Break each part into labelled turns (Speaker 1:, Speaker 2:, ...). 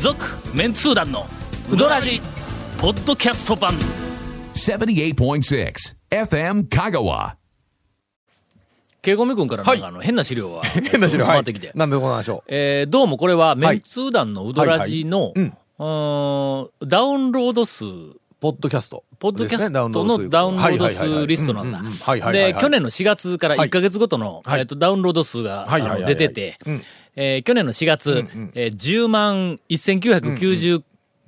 Speaker 1: 続メンツー団のウドラジポッドキャスト版
Speaker 2: 78.6 FM Kagawa.
Speaker 1: ケイコミ君からなんか
Speaker 3: は
Speaker 1: あの変な資料 が
Speaker 3: 変な資料。
Speaker 1: 回
Speaker 3: は
Speaker 1: ってきて
Speaker 3: い。、なんでこの話を。
Speaker 1: えーどうもこれはメンツー団のウドラジの、
Speaker 3: はいはいうん
Speaker 1: うーんダウンロード数
Speaker 3: ポッドキャスト。
Speaker 1: ポッドキャスト
Speaker 3: ですね
Speaker 1: のダウンロード数リストなんだ。で、去。年の4月から1ヶ月ごとの、
Speaker 3: はい
Speaker 1: えっと、ダウンロード数が、
Speaker 3: はいはいはい
Speaker 1: あの
Speaker 3: は
Speaker 1: 出
Speaker 3: い
Speaker 1: てて、
Speaker 3: うん
Speaker 1: えー去年の4月、えー10万1990、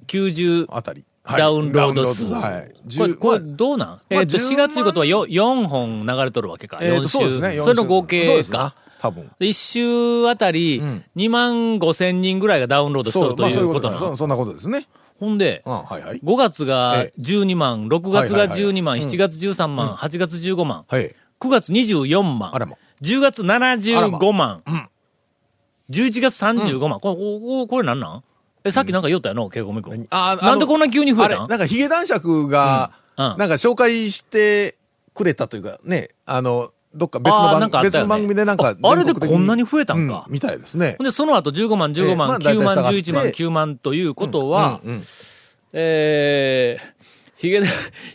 Speaker 1: 90
Speaker 3: あたり。はい
Speaker 1: ダウンロード数。
Speaker 3: ダウンロード数
Speaker 1: こ
Speaker 3: は
Speaker 1: れ、これ
Speaker 3: い。10まあ
Speaker 1: どうなん、えっと、4月いうことは 4, 4本流れとるわけか。
Speaker 3: えー
Speaker 1: 4
Speaker 3: と
Speaker 1: 週。
Speaker 3: そうですね。
Speaker 1: それの合
Speaker 3: そう
Speaker 1: 計
Speaker 3: ですね
Speaker 1: か。。
Speaker 3: 多分。
Speaker 1: 1週あたり2万5千人ぐらいがダウンロードしとるということな
Speaker 3: ですそ
Speaker 1: の。
Speaker 3: うそんなことですね。
Speaker 1: ほんで
Speaker 3: う、ん、はいはい。
Speaker 1: 5月が12万、6月
Speaker 3: はい
Speaker 1: が
Speaker 3: はいはい
Speaker 1: 12万、7月13万、8月15万、
Speaker 3: はい。
Speaker 1: 9月24万
Speaker 3: あらま、
Speaker 1: 10月75万、11月35万。これ、こここれなんなんえ、さっきなんか言おったやろ、ケイコミ君。
Speaker 3: ああの
Speaker 1: なんでこんな急に増え
Speaker 3: あれ、
Speaker 1: た
Speaker 3: なん
Speaker 1: ん
Speaker 3: かヒゲ男爵が、
Speaker 1: うん
Speaker 3: なんか紹介してくれたというか、ね、あの、どっか別の
Speaker 1: あーなん
Speaker 3: 番
Speaker 1: かあ
Speaker 3: 組、
Speaker 1: ったよ
Speaker 3: 別
Speaker 1: ね
Speaker 3: の番組でなんか
Speaker 1: あ、あれでこんなに増えたんか
Speaker 3: うみたいですね
Speaker 1: ほん。で、その後15万、15万、
Speaker 3: ええ
Speaker 1: 9
Speaker 3: まあ
Speaker 1: 万、
Speaker 3: 大体下がって
Speaker 1: 11万、9万ということは、えー、ヒ ゲ、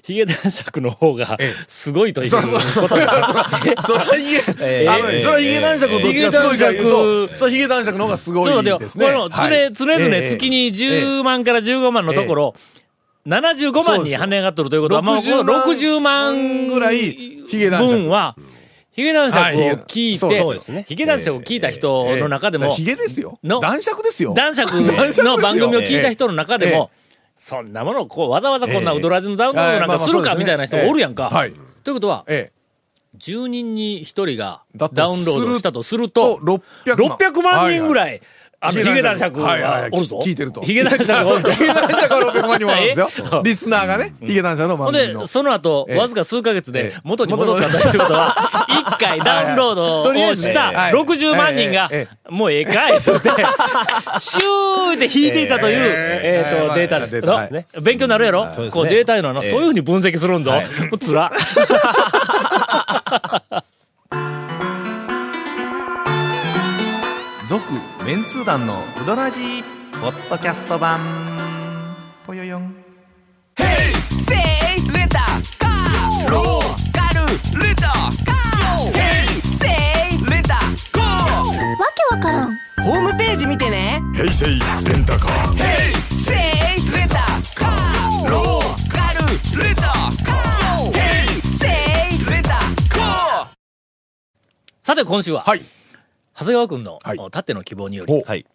Speaker 1: ヒゲ男爵の方が、すごいということだ。
Speaker 3: それはヒゲ、あの、そ
Speaker 1: ええ
Speaker 3: れはヒゲ男爵のどっちがすごいか言う
Speaker 1: ヒゲ男爵
Speaker 3: と、それはヒゲ男爵の方がすご
Speaker 1: ちょっと待って
Speaker 3: い
Speaker 1: よ。
Speaker 3: ですね。
Speaker 1: こ
Speaker 3: はい
Speaker 1: れの、つれ、常々
Speaker 3: ええ
Speaker 1: 月に10万から15万のところ、75万に跳ね上がっとるということは、まあ、この60
Speaker 3: 60
Speaker 1: 万
Speaker 3: 万ぐらいヒゲ男爵
Speaker 1: 分は、ヒゲ男爵を聞い
Speaker 3: はいヒゲそうそう
Speaker 1: て
Speaker 3: ですね、
Speaker 1: ヒゲ男爵を聞いた人の中で
Speaker 3: え
Speaker 1: も
Speaker 3: え、ヒゲですよ。
Speaker 1: の
Speaker 3: 男爵ですよ。
Speaker 1: 男 爵
Speaker 3: ですよ
Speaker 1: の番組を聞いた人の中で
Speaker 3: え
Speaker 1: も、そんなもの、こう、わざわざこんな
Speaker 3: ええ
Speaker 1: ウドラジのダウンロードなんかするかみたいな人おるやんか。
Speaker 3: ええまあまあそうですねえ
Speaker 1: ということは、
Speaker 3: ええ。
Speaker 1: 10人に1人が
Speaker 3: だと
Speaker 1: ダウンロードしたとすると、
Speaker 3: と
Speaker 1: 600
Speaker 3: 600万
Speaker 1: 万人ぐらい、あの、ヒゲ男爵
Speaker 3: はいはいは
Speaker 1: が
Speaker 3: い
Speaker 1: おるぞ。
Speaker 3: 聞いてると
Speaker 1: ヒゲ男爵が おるぞ。
Speaker 3: ヒゲ男爵は600万人もあるん ですよ。リスナーがね、ヒゲ男爵の
Speaker 1: ほ
Speaker 3: 番
Speaker 1: ん
Speaker 3: 組
Speaker 1: で、
Speaker 3: の。
Speaker 1: その後、
Speaker 3: ええ
Speaker 1: わずか数ヶ月で
Speaker 3: ええ
Speaker 1: 元に戻ったということは、1回ダウンロードを
Speaker 3: はいはい
Speaker 1: した
Speaker 3: とりあえずね
Speaker 1: 60万人が
Speaker 3: えええ、
Speaker 1: もうええかいって、 シューって引いていたという、
Speaker 3: え
Speaker 1: え
Speaker 3: え
Speaker 1: っ
Speaker 3: ま
Speaker 1: と、
Speaker 3: あ
Speaker 1: データです
Speaker 3: データはい
Speaker 1: の勉強になるやろこう、データいうのはな、そういうふうに分析するんぞ。もうつら。
Speaker 4: 続メンツー団のウドラジーポッドキャスト版ぽよよん
Speaker 5: わけわからん
Speaker 6: ホームページ見てね
Speaker 1: さて、今週は、
Speaker 3: はい。
Speaker 1: 長谷川君の、
Speaker 3: はい
Speaker 1: 縦の希望により、
Speaker 3: お
Speaker 1: はい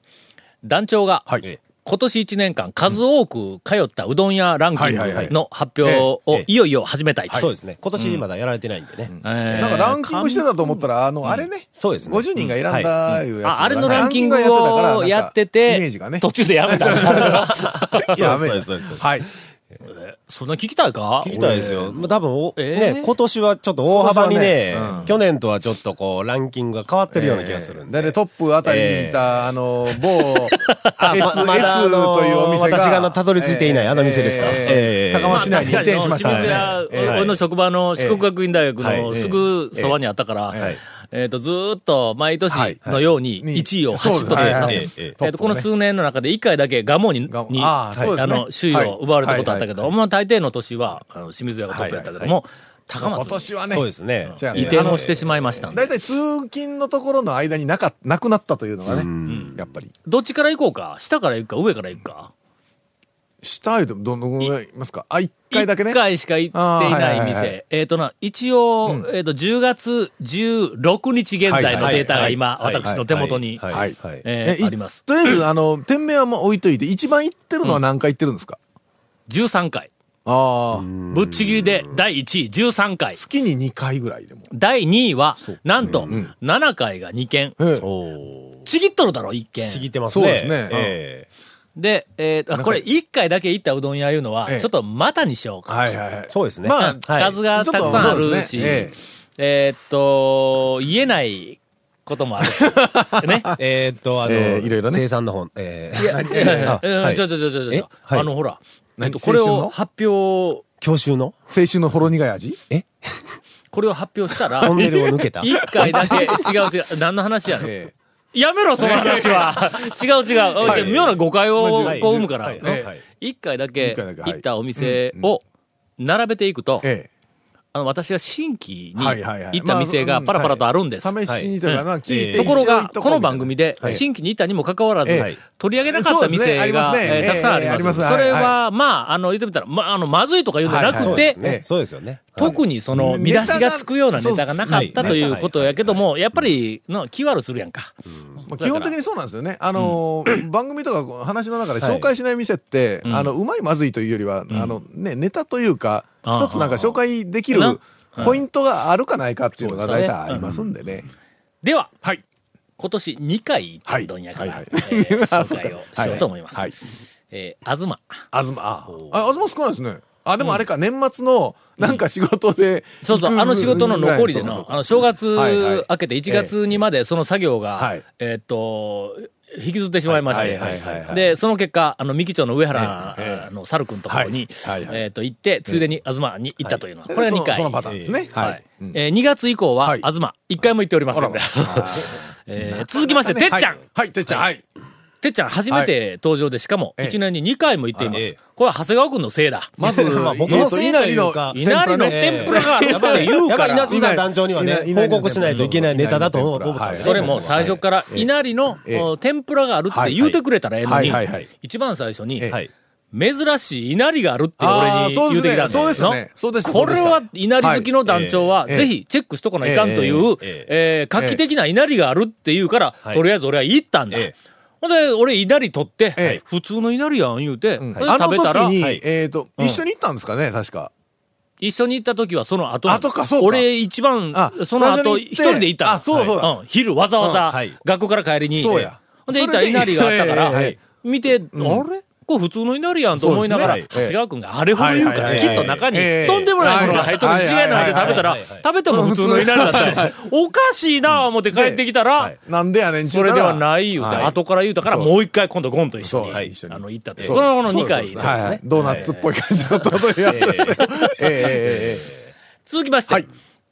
Speaker 1: 団長が、
Speaker 3: はい
Speaker 1: えー今年1年間数多く通ったうどん屋ランキン
Speaker 3: はいはいは
Speaker 1: グ
Speaker 3: い
Speaker 1: の発表を
Speaker 7: ええええ
Speaker 1: いよいよ始めたいと。
Speaker 7: そうですね。今年まだやられてないんでね。
Speaker 1: えー
Speaker 3: なんかランキングしてたと思ったら、あの、あれね。
Speaker 7: そうですね
Speaker 3: 50人が選んだいうやつ
Speaker 1: あ、あれのランキング
Speaker 3: ラやってたからなん
Speaker 1: を
Speaker 3: か
Speaker 1: やって
Speaker 3: イメージ
Speaker 1: て
Speaker 3: がね、。
Speaker 1: 途中でやめ た。
Speaker 3: やめ
Speaker 7: そうですそうですそうです
Speaker 3: はい。
Speaker 1: そんな聞きたいか
Speaker 7: 聞きたいですよ。まあ多分お、
Speaker 1: えー
Speaker 7: ね、今年はちょっと大幅にね、
Speaker 3: 今年はねうん
Speaker 7: 去年とはちょっとこう、ランキングが変わってるような気がするんで。
Speaker 3: だね、トップあたりにいた、あの、某
Speaker 7: あ
Speaker 3: S、S
Speaker 7: ままだあの
Speaker 3: というお店が。
Speaker 7: 私があのたどり着いていないあの店ですかええ
Speaker 3: 高
Speaker 1: まあ
Speaker 3: 松市内に
Speaker 1: 確
Speaker 3: 移
Speaker 1: か
Speaker 3: 転
Speaker 1: に
Speaker 3: しましたね。
Speaker 1: あの清水
Speaker 3: え
Speaker 1: 寺
Speaker 3: え
Speaker 1: 俺の職場の四国学院大学の
Speaker 7: はい
Speaker 1: すぐそばにあったから、
Speaker 7: はい
Speaker 1: えっと、ずーっと毎年のように
Speaker 3: はい
Speaker 1: 1位を走っとる
Speaker 3: そうですねはい
Speaker 7: ええええ
Speaker 1: えっと、この数年の中で一回だけ蒲生に、
Speaker 3: 蒲生
Speaker 1: に、
Speaker 3: ああそう
Speaker 1: あ
Speaker 3: ですね
Speaker 1: の、首位を奪われたことあったけど、
Speaker 3: はいはいはいはい
Speaker 1: まあ大抵の年は、あの清水屋がトップやったけども、高
Speaker 3: 今
Speaker 1: 松
Speaker 3: 年はね、
Speaker 7: そうですね。
Speaker 3: じゃあ
Speaker 1: に移
Speaker 3: ね
Speaker 1: 転をしてしまいましたんで
Speaker 3: だいたい通勤のところの間になか、なくなったというのがね、やっぱり。
Speaker 1: どっちから行こうか下から行くか上から行くか
Speaker 3: 下へとどのぐらいいますかあ、一回だけね。
Speaker 1: 一回しか行っていない
Speaker 3: あーはいはいはいはい
Speaker 1: 店。えっとな、一応、えっと、10月16日現在のデータが今、
Speaker 7: はいはい
Speaker 1: 私の手元に、
Speaker 7: はい。
Speaker 3: はい
Speaker 7: はい
Speaker 1: えー
Speaker 3: い
Speaker 1: あります。
Speaker 3: とりあえず、あの、店名はもう置いといて、一番行ってるのは何回行ってるんですか、
Speaker 1: 13回。
Speaker 3: ああ、
Speaker 1: ぶっちぎりで第1位13回。
Speaker 3: 月に2回ぐらいでも。
Speaker 1: 第2位は、なんと、7回が2件。
Speaker 3: ええ
Speaker 7: おー
Speaker 1: ちぎっとるだろ、1件。
Speaker 7: ちぎってます
Speaker 3: そ
Speaker 7: ね。
Speaker 3: うですね
Speaker 7: ええ
Speaker 1: で、えーあこれ1回だけ行ったうどん屋いうのは、
Speaker 3: ええ
Speaker 1: ちょっとまたにしようか。
Speaker 3: はいはいはい。
Speaker 7: そうですね。
Speaker 3: まあ
Speaker 7: はい
Speaker 1: 数がたくさんあるし、
Speaker 3: ちょっとそ
Speaker 1: え
Speaker 3: うで
Speaker 1: ーっと、言えないこともあるし。ね。
Speaker 7: えーっと、あの、
Speaker 3: えーいろいろね
Speaker 7: 生産の本、えー
Speaker 1: いやいや
Speaker 7: あ
Speaker 1: いや
Speaker 7: はい
Speaker 1: ちょちょちょちょち
Speaker 7: え
Speaker 1: ょ、
Speaker 7: はい
Speaker 1: あのほら、え
Speaker 3: 何
Speaker 1: っと、これ
Speaker 3: 青春
Speaker 1: を
Speaker 3: の
Speaker 1: 発表、
Speaker 7: 教習の
Speaker 3: 青春のほろ苦い味
Speaker 1: これを発表したら
Speaker 7: ト、ンネルを抜けた。
Speaker 1: 一回だけ、違う違う、何の話やねん。
Speaker 3: ええ
Speaker 1: やめろ、その話 は。違う違う。
Speaker 3: はい
Speaker 1: 妙な誤解を
Speaker 3: はい
Speaker 1: こう生むから。
Speaker 7: はい
Speaker 1: 一、
Speaker 7: はいはい
Speaker 1: 回だけ
Speaker 3: 一回だけはい
Speaker 1: 行ったお店を並べていくと、
Speaker 3: え
Speaker 1: あの、私が新規に
Speaker 3: はいはいはい
Speaker 1: 行った店がパラパラとあるんです。
Speaker 3: え、試しにとかな、聞いて、
Speaker 1: ところが、この番組で、
Speaker 3: はい
Speaker 1: 新規にいたにもかかわらず、
Speaker 3: ええ
Speaker 1: 取り上げなかった
Speaker 3: そうですねあ
Speaker 1: 店
Speaker 3: りま
Speaker 1: が、
Speaker 3: すね
Speaker 1: えーたくさんあります。
Speaker 3: ええありますはい
Speaker 1: それは、まあ、あの、言ってみたら、まあ、あの、まずいとか言うんじゃな
Speaker 3: は
Speaker 1: く
Speaker 3: い
Speaker 7: そ
Speaker 3: は
Speaker 7: う
Speaker 3: い
Speaker 1: て
Speaker 7: で、すね。そうですよね。
Speaker 1: 特にその
Speaker 3: うん
Speaker 1: 見出しがつくようなネタがなかった
Speaker 7: ネタが
Speaker 1: ということやけども、やっぱり、の、気悪するやんか。
Speaker 3: まあ基本的にそうなんですよね。あのー、番組とか話の中で紹介しない店って、あの、うまいまずいというよりは、あの、ね、ネタというか、
Speaker 1: あー
Speaker 3: 一つなんか紹介できる
Speaker 1: な
Speaker 3: ポイントがあるかないかっていうのが
Speaker 1: そうで
Speaker 3: 大
Speaker 1: すね
Speaker 3: 体ありますんでね。
Speaker 1: では、
Speaker 3: はい。
Speaker 1: 今年2回行ったうどん屋から、
Speaker 3: はい
Speaker 1: えー紹介をしようと思います。
Speaker 3: はい。
Speaker 1: えー、あずま。
Speaker 3: あずま、あ、あずま少ないですね。あ、でもあれか、年末の、なんか仕事で、
Speaker 1: そうそう、あの仕事の残りで
Speaker 3: そう
Speaker 1: の、
Speaker 3: そう
Speaker 1: あの、正月
Speaker 3: はいはい
Speaker 1: 明けて1月にまでその作業
Speaker 3: は
Speaker 1: が
Speaker 3: い、
Speaker 1: えーっと、引きずってしまいまして
Speaker 3: はいはいはいは、い
Speaker 1: で、その結果、あの、三木町の上
Speaker 3: え
Speaker 1: 原の猿くんところに、
Speaker 3: はいはい
Speaker 1: えーっと、行って、ついでにあずまに行ったというのは、これは
Speaker 3: その
Speaker 1: 2回。
Speaker 3: そのパターンですね。
Speaker 1: は
Speaker 3: はいい。。
Speaker 1: えー、2月以降は
Speaker 3: は、い
Speaker 1: あずま、1回も行っておりませ んで
Speaker 3: あ
Speaker 1: えー続きまして、てっちゃん
Speaker 3: はい。はい、てっちゃん。はい。
Speaker 1: てっちゃん初めて登場で、しかも
Speaker 3: ええ
Speaker 1: 1年に2回も行っています。
Speaker 7: ええ
Speaker 1: これは長谷川くんのせいだ。
Speaker 3: まず、
Speaker 7: まあ僕の
Speaker 3: えっと
Speaker 7: せいというか
Speaker 1: 稲荷の天ぷらが、やっぱり言う
Speaker 7: やっ
Speaker 1: か
Speaker 7: ぱり
Speaker 1: ら
Speaker 7: 稲。津田団長にはね、
Speaker 3: 稲
Speaker 7: 報
Speaker 3: 荷の
Speaker 7: 告しないといけないネタだと思ったんです
Speaker 1: そ
Speaker 7: ね
Speaker 1: れも最初から稲荷の
Speaker 3: ええ
Speaker 1: お天ぷらがあるって言うてくれたらええのに
Speaker 3: はいはいはい、
Speaker 1: 一番最初に
Speaker 3: え、
Speaker 7: はい。
Speaker 1: 珍しい稲荷があるって俺に言うてきたんだよ
Speaker 3: あーそうですねそうでしたねそうでした
Speaker 1: これは稲荷好きの団長は、
Speaker 3: はいええ
Speaker 1: ぜひチェックしとかないかんという、
Speaker 7: えええ
Speaker 1: えー画期的な稲荷があるっていうから、
Speaker 7: はい
Speaker 1: とりあえず俺は行ったんだ。
Speaker 7: ええ
Speaker 1: ほんで、俺稲荷取って、
Speaker 3: ええ
Speaker 1: 普通の稲荷やん言うて、
Speaker 3: うん
Speaker 1: ほんで
Speaker 3: あ
Speaker 1: 食
Speaker 3: の
Speaker 1: べたら、
Speaker 3: 時に、
Speaker 7: はい
Speaker 3: えっ、と、一緒に行ったんですかね、確か。
Speaker 1: 一緒に行った時はその後。
Speaker 3: 後かそうか
Speaker 1: 俺一番
Speaker 3: あ、
Speaker 1: その
Speaker 3: 最初
Speaker 1: 後、
Speaker 3: に行って
Speaker 1: 一人で行ったの
Speaker 3: あそうそうだ
Speaker 1: はいん昼わざわ
Speaker 7: うん
Speaker 1: ざ
Speaker 7: はい、
Speaker 1: 学校から帰りに。
Speaker 3: そうや
Speaker 1: ほんで行った
Speaker 3: それで
Speaker 1: 稲荷があったか
Speaker 3: ええは
Speaker 1: ら
Speaker 3: い、
Speaker 1: 見て、あれこれ普通の稲荷やんと思いながら、
Speaker 3: そうで
Speaker 1: 長
Speaker 3: すね
Speaker 1: 谷川くんがあれほど言うから、
Speaker 7: はい
Speaker 1: きっと中に、
Speaker 3: ええ
Speaker 1: とんでもないものが入っとるに違いないって食べたら
Speaker 7: はいはいはいはいはい、
Speaker 1: 食べても普通の稲荷だったよ。おかしいなぁ思って帰ってきたら、
Speaker 3: なんでやねん、
Speaker 1: それではない言うて、
Speaker 3: はい
Speaker 1: 後から言うたから、
Speaker 3: そう
Speaker 1: もう一回今度ゴンと一緒
Speaker 3: そう
Speaker 1: に、
Speaker 3: はい一緒に
Speaker 1: あの、行ったという。
Speaker 3: そ
Speaker 1: こ
Speaker 3: う
Speaker 1: のこの2回。
Speaker 3: はいはいドーナツっぽい感じだったというやつですよ。えええええ
Speaker 1: 続きまして
Speaker 3: はい、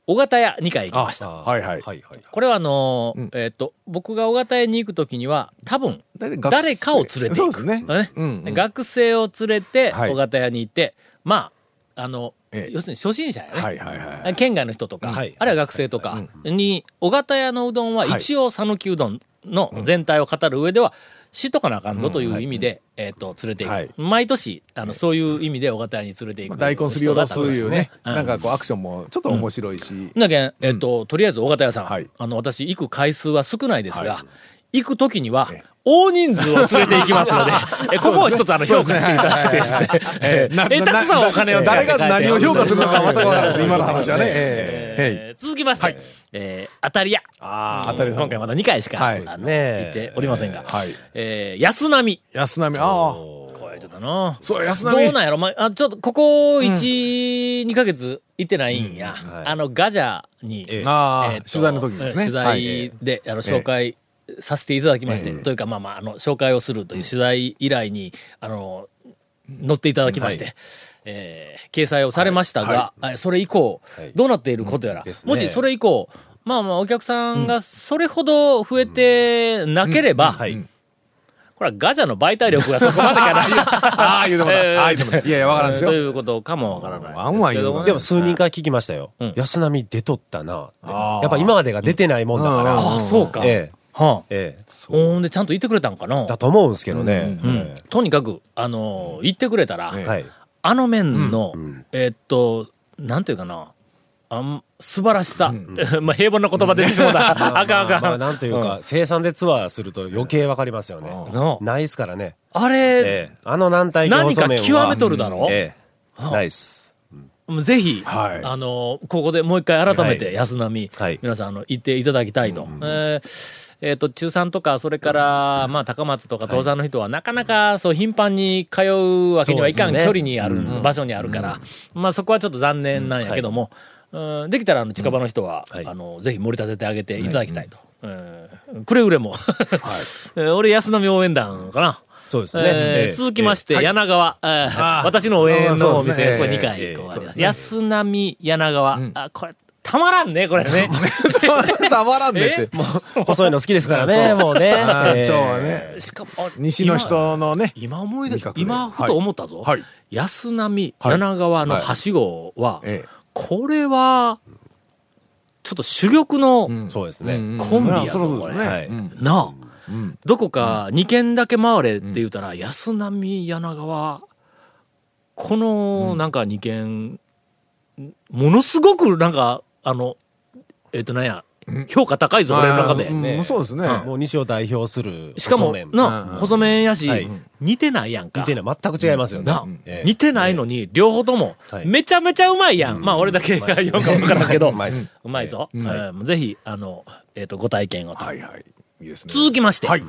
Speaker 1: 尾形屋2回行きました。
Speaker 3: えはいはい。
Speaker 7: はいはい。
Speaker 1: これはあのー
Speaker 3: うん
Speaker 1: えっ、と、僕が尾形屋に行くときには、多分、
Speaker 3: 大体学生
Speaker 1: 誰かを連れて行く。
Speaker 3: そうですねうんうん
Speaker 1: 学生を連れて、
Speaker 3: はい
Speaker 1: 尾形屋に行って、まあ、あの、
Speaker 3: ええ
Speaker 1: 要するに初心者やね。
Speaker 3: はいはいはい。
Speaker 1: 県外の人とか、
Speaker 7: はい
Speaker 1: あるいは学生とかに、尾形屋のうどんは一応讃岐うどんの全体を語る上では、知っとかなあかんぞという意味で、えっ、と、連れていく。
Speaker 3: はい
Speaker 1: 毎年、あの、そういう意味で尾形屋に連れてい
Speaker 3: ま
Speaker 1: く。
Speaker 3: あ、大根すりおろすと
Speaker 1: 人が多かったで
Speaker 3: いうね、
Speaker 1: うん
Speaker 3: なんかこうアクションもちょっと面白いし。
Speaker 1: なけん、えっ、と、とりあえず、尾形屋さん、
Speaker 3: はい
Speaker 1: あの、私、行く回数は少ないですが、
Speaker 3: は
Speaker 1: 行くときには
Speaker 3: ええ、
Speaker 1: 大人数を連れて行きます ので、えここを一つ、あの、評価していただいてですね、え
Speaker 3: ええな
Speaker 1: えたくさんお金を使って
Speaker 3: 誰が何を評価するのか全くわからないです、
Speaker 1: ええ
Speaker 3: 今の話はね。
Speaker 1: え
Speaker 3: ええええ
Speaker 1: え続きまして、えー当たり屋。
Speaker 3: 当たり屋さん
Speaker 1: 今回まだ2回しか、
Speaker 3: はい
Speaker 1: あの
Speaker 3: そう
Speaker 7: ね
Speaker 1: 行っておりませんが、
Speaker 3: はい
Speaker 1: えー安波。
Speaker 3: 安波、ああ。
Speaker 1: これちょっとな。
Speaker 3: そう、安
Speaker 1: どう
Speaker 3: 波。
Speaker 1: なんやろ、まあ、ちょっと、ここ1、2ヶ月行ってないんや。
Speaker 7: はい
Speaker 1: あの、ガジャに、
Speaker 7: ええ
Speaker 3: ああ、
Speaker 1: えーと
Speaker 3: 取材の時にですね。
Speaker 1: 取材で、あの、紹介させていただきまして、というか、まあまあ、あの、紹介をするという取材以来に、あの、乗っていただきまして、えー掲載をされましたが、あそれ以降、
Speaker 7: はい
Speaker 1: どうなっていることやら、
Speaker 7: ですね
Speaker 1: もしそれ以降、まあまあ、お客さんがそれほど増えてなければ、
Speaker 7: はい。
Speaker 1: これはガジャの媒体力がそこまでかな。
Speaker 3: ああ、言うてもら
Speaker 1: え
Speaker 3: う。
Speaker 1: ー
Speaker 3: ああ、言うてもらう。いやいや、わからんです
Speaker 1: と
Speaker 3: よ。
Speaker 1: いうことかもわからない。
Speaker 3: ワンワン言うのかな
Speaker 7: でも数人から聞きましたよ
Speaker 1: ん。
Speaker 7: 安波出とったなって。
Speaker 3: あー
Speaker 7: やっぱ今までが出てないもんだから。
Speaker 1: ああ、そうか。
Speaker 7: ええ
Speaker 1: はあ。
Speaker 7: ええ。
Speaker 1: ほんで、ちゃんと言ってくれたんかな。
Speaker 7: だと思うんですけどね。
Speaker 1: うん
Speaker 7: え
Speaker 1: とにかく、あのー言ってくれたら、
Speaker 7: えはい。
Speaker 1: あの面の、えーっと、なんていうかな、あん素晴らしさ、 まあ平凡な言葉出てしまった、あかんあ
Speaker 7: まあま
Speaker 1: か
Speaker 7: あ
Speaker 1: ん。
Speaker 7: なんというか、生産でツアーすると余計わかりますよね。
Speaker 1: の
Speaker 7: ないっすからね。
Speaker 1: あれ、
Speaker 7: ええ。あの軟体系細麺は
Speaker 1: 何か極めとるだろ
Speaker 7: ええ。ないっす。
Speaker 1: もうぜひ、
Speaker 3: はい
Speaker 1: あのーここでもう一回改めて
Speaker 7: はい
Speaker 1: 安波、
Speaker 7: はい
Speaker 1: 皆さんあの行っていただきたいと。えーえーと中3とかそれから、まあ、高松とか東山の人はなかなかそう頻繁に通うわけにはいかん、
Speaker 7: そうです
Speaker 1: 距
Speaker 7: ね
Speaker 1: 離にある、場所にあるから、まあ、そこはちょっと残念なんやけども、うんできたらあの近場の人は、
Speaker 7: はい
Speaker 1: あのぜひ盛り立ててあげていただきたいと。うんくれぐれ も、えー俺安波応援団かな。
Speaker 7: そうですね
Speaker 1: えー
Speaker 7: ええ
Speaker 1: 続きまして、柳川、えー私の応援のお店、
Speaker 3: そうですね
Speaker 1: これ2回
Speaker 7: ええ
Speaker 1: こうあります
Speaker 3: そうですね
Speaker 1: 安波柳川、あこれたまらんね、これ ね。
Speaker 3: たまらんですよ。もう
Speaker 7: 細いの好きですからね、もうね。
Speaker 3: あー
Speaker 7: えー
Speaker 3: 蝶はね、
Speaker 1: しかも、あ
Speaker 3: 西の人のね、
Speaker 1: 今思い出
Speaker 3: 味覚で
Speaker 1: 今ふと思ったぞ、
Speaker 3: はいはい
Speaker 1: 安波
Speaker 3: はい
Speaker 1: 柳川のはしごは、
Speaker 3: ええ
Speaker 1: これはちょっと珠玉の
Speaker 7: そうですね。
Speaker 1: コンビやぞ、
Speaker 3: うんうん
Speaker 1: こ
Speaker 3: そう
Speaker 1: れ
Speaker 3: ですね
Speaker 7: はい
Speaker 3: うん
Speaker 1: なあ、どこか2軒だけ回れって言うたら、安波柳川このなんか2軒、ものすごくなんかあのえっ、となんや評価高いぞ、俺の中で。
Speaker 3: うんそうですね。
Speaker 7: もう西を代表する。
Speaker 1: しかも、な、
Speaker 3: うんうん
Speaker 1: 細麺やし、
Speaker 7: はい
Speaker 1: 似てないやんか。
Speaker 7: 似てない。全く違いますよね
Speaker 1: な。
Speaker 7: ええ
Speaker 1: 似てないのに、両方とも
Speaker 7: は、い
Speaker 1: めちゃめちゃうまいやん。まあ、俺だけが言うか分からんけど、
Speaker 7: うまいっす
Speaker 1: うまいぞ。うんぜひ、あの、えっと、ご体験をと。
Speaker 3: はいはい。いいですね。
Speaker 1: 続きまして
Speaker 3: はい、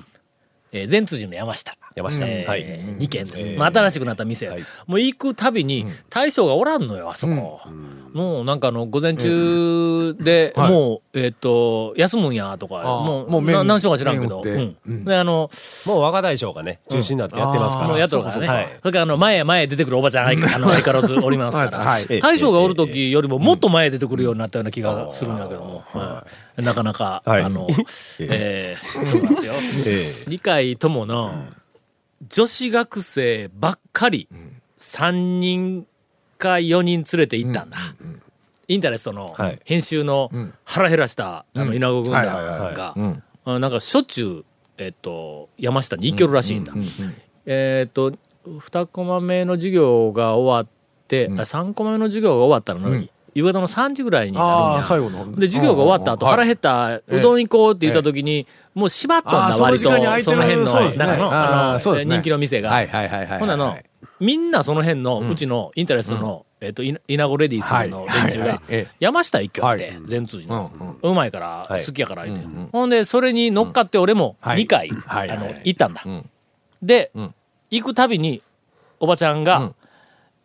Speaker 1: えー善辻の山下。
Speaker 7: 山下。
Speaker 1: えー
Speaker 7: はい。
Speaker 1: 二軒です。
Speaker 7: えー
Speaker 1: まあ、新しくなった店
Speaker 7: はい。
Speaker 1: もう行くたびに、大将がおらんのよ、あそこ。もう、なんかあの、午前中で、
Speaker 3: はい
Speaker 1: もう、えっと、休むんや、とか、
Speaker 3: あー
Speaker 1: も
Speaker 3: も
Speaker 1: う、
Speaker 3: う麺
Speaker 1: な何しようか知らんけど。
Speaker 3: 麺打って
Speaker 1: うんで、あの、
Speaker 7: もう若大将がね、中心になってやってますから。
Speaker 1: もうやっとるから
Speaker 7: そう
Speaker 1: ね。
Speaker 7: かそうか
Speaker 1: それから、あの、前へ前へ出てくるおばちゃん、あの、相変わらずおりますから。
Speaker 3: はい
Speaker 7: ええ
Speaker 1: 大将がおる時よりももっと前へ出てくるようになったような気がするんやけども。はいなかなか、
Speaker 7: はい
Speaker 1: あの、えーそうなんですよ。
Speaker 7: ええ
Speaker 1: 理解ともの、女子学生ばっかり、3人か4人連れて行ったんだ。インタレストの
Speaker 7: はい
Speaker 1: 編集の腹減らした、あの、稲子軍団
Speaker 3: はいはい
Speaker 7: はい
Speaker 1: が
Speaker 3: う、ん
Speaker 1: あなんかしょっちゅう、えっと、山下に行けるらしいんだ。えっと、2コマ目の授業が終わって、あ3コマ目の授業が終わったのに、夕方の3時ぐらいになるん
Speaker 3: あ
Speaker 1: や
Speaker 3: あ、最後の。
Speaker 1: で、授業が終わった後、
Speaker 3: うん
Speaker 1: 腹減った、うどん行こうって言った時に、もう閉まったんだ、
Speaker 3: あーその
Speaker 1: 割
Speaker 3: 時
Speaker 1: と。
Speaker 3: 間に空いて
Speaker 1: そ
Speaker 3: る
Speaker 1: の辺の、
Speaker 3: そうですね
Speaker 1: 中の、
Speaker 3: あー
Speaker 1: あ
Speaker 3: そう
Speaker 1: の、
Speaker 3: ですね
Speaker 1: 人気の店が。
Speaker 3: はいはいはいはい。
Speaker 1: ほんなの、みんなその辺の、うちのインタレストの、えっと、イナイナゴレディースの連中
Speaker 3: はいはいはい
Speaker 1: が
Speaker 3: ええ、
Speaker 1: 山下一挙っ
Speaker 3: は
Speaker 1: て
Speaker 3: い、
Speaker 1: 全通じの
Speaker 3: うん。
Speaker 1: うまいから、
Speaker 7: はい
Speaker 1: 好きやから言うて。ほんで、それに乗っかって俺も
Speaker 3: はい
Speaker 1: 2回、
Speaker 3: は
Speaker 1: あ
Speaker 3: いはい
Speaker 1: の、行ったんだ
Speaker 3: ん。
Speaker 1: で
Speaker 3: ん、
Speaker 1: 行くたびに、おばちゃん
Speaker 3: う
Speaker 1: が
Speaker 3: ん、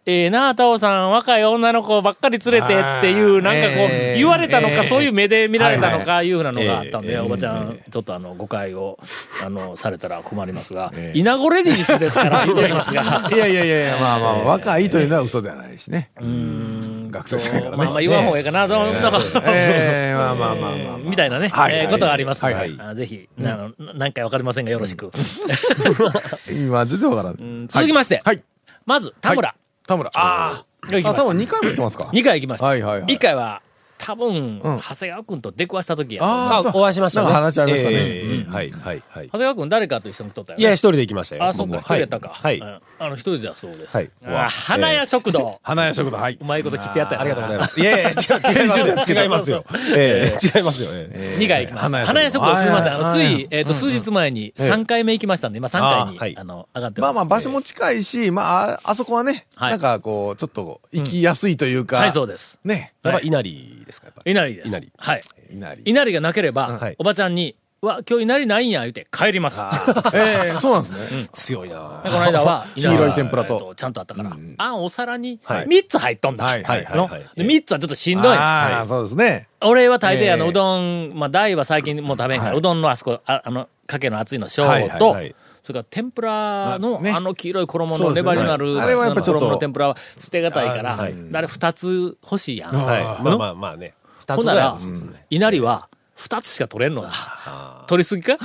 Speaker 1: ええなあ、タオさん、若い女の子ばっかり連れてっていう、なんかこう、
Speaker 3: ええ
Speaker 1: 言われたの
Speaker 3: え
Speaker 1: か、
Speaker 3: え
Speaker 1: そういう目で見られたのか、いうふうなのがあったん
Speaker 7: え
Speaker 1: で、
Speaker 7: え
Speaker 1: おばちゃん、ちょっとあの、誤解 を、あの、されたら困りますが
Speaker 3: え、え
Speaker 1: イナゴレディースです から、言うときますが。
Speaker 3: いやいやいやいや、まあまあ、若いというのは嘘ではないしね。学生さんからね。
Speaker 1: まあまあ言わん方がいいかな、どうなんか、
Speaker 3: ええまあまあまあまあまあ。
Speaker 1: みたいなね、
Speaker 3: はい
Speaker 1: えーことがありますので、
Speaker 3: はい
Speaker 1: あぜひ、あのな何回わかりませんがよろしく。
Speaker 3: 今、全然わからん。
Speaker 1: うん続きまして、
Speaker 3: はい。
Speaker 1: まず田村、
Speaker 3: 田村。あ
Speaker 1: 行き
Speaker 3: あ。あ、
Speaker 1: ま
Speaker 3: 多分
Speaker 1: し
Speaker 3: 2回も行ってますか
Speaker 1: た。。2回行きました。
Speaker 3: はいはいはい
Speaker 1: 1回は、多分、
Speaker 3: うん
Speaker 1: 長谷川君と出くわした時やと
Speaker 3: あー
Speaker 1: 長
Speaker 3: そう
Speaker 7: お会いしましたね。
Speaker 3: なんか話ありましたね
Speaker 7: ええはい、はい、はい。
Speaker 1: 谷川君誰かと一緒に撮ったよ
Speaker 7: い
Speaker 1: ね。
Speaker 7: や、一人で行きましたよ。
Speaker 1: あ、そっか、
Speaker 7: 僕は
Speaker 1: 一人やったか。
Speaker 7: はい。
Speaker 1: う
Speaker 7: はい
Speaker 1: んあの、一人だそうです。
Speaker 7: はい
Speaker 1: あ花屋食堂。
Speaker 7: 花屋食堂、はい。
Speaker 1: うまいこと切ってやったよ。
Speaker 7: ありがとうございますす。いやいや、違う、違いますよ。違いますよ。ええ、違いますよ。ええ
Speaker 1: 2回行きました。花屋食堂すみません。あの、つい、えっと、数日前に3回目行きましたんで、今3
Speaker 7: あーは
Speaker 1: 回
Speaker 7: い
Speaker 1: に、あの、上がって
Speaker 3: ま
Speaker 1: ま
Speaker 3: あ
Speaker 1: す
Speaker 3: まあ、場所も近いし、まああ、あそこはね、
Speaker 1: はい
Speaker 3: なんかこう、ちょっと行きやすいというか。
Speaker 1: はい、そうです。
Speaker 3: ね。
Speaker 7: やっぱ稲荷ですか、やっぱ。
Speaker 1: 稲荷です。
Speaker 7: 稲荷
Speaker 1: はい。
Speaker 3: 稲荷。
Speaker 1: 稲荷がなければ、
Speaker 7: はい
Speaker 1: おばちゃんに、うわ、今日稲荷ないんや、言うて帰ります。
Speaker 3: ええ、そうなんですね。
Speaker 7: 強いな
Speaker 1: でこの間は、
Speaker 3: 黄色い天ぷらと
Speaker 1: えっちゃんとあったから、あんお皿に
Speaker 7: はい
Speaker 1: 3つ入っとんだ。
Speaker 3: はいはい
Speaker 7: はい
Speaker 1: の
Speaker 7: はい
Speaker 1: で3つはちょっとしんどい。
Speaker 3: ああ、そうですね。
Speaker 1: 俺は大抵あの、
Speaker 3: ええ
Speaker 1: うどん、まあ、大は最近もう食べんから、うどんのあそこ、ああの、かけの厚いの、しょうと、
Speaker 7: はいはいはい
Speaker 1: それから天ぷらの、
Speaker 3: あね
Speaker 1: あの黄色い衣
Speaker 3: そ
Speaker 1: の
Speaker 3: うですね
Speaker 1: 粘りのある、
Speaker 3: はいあれはやっぱちょっと
Speaker 1: 衣の天ぷらは捨てがたいから、
Speaker 7: あはい
Speaker 1: あれ2つ欲しいやん。
Speaker 7: はい。まあまあまあね。二つ
Speaker 1: ほん
Speaker 7: ぐ
Speaker 1: な
Speaker 7: らい
Speaker 1: ら
Speaker 7: 欲しいですね。、
Speaker 1: 稲荷は2つしか取れんのだ。取りすぎか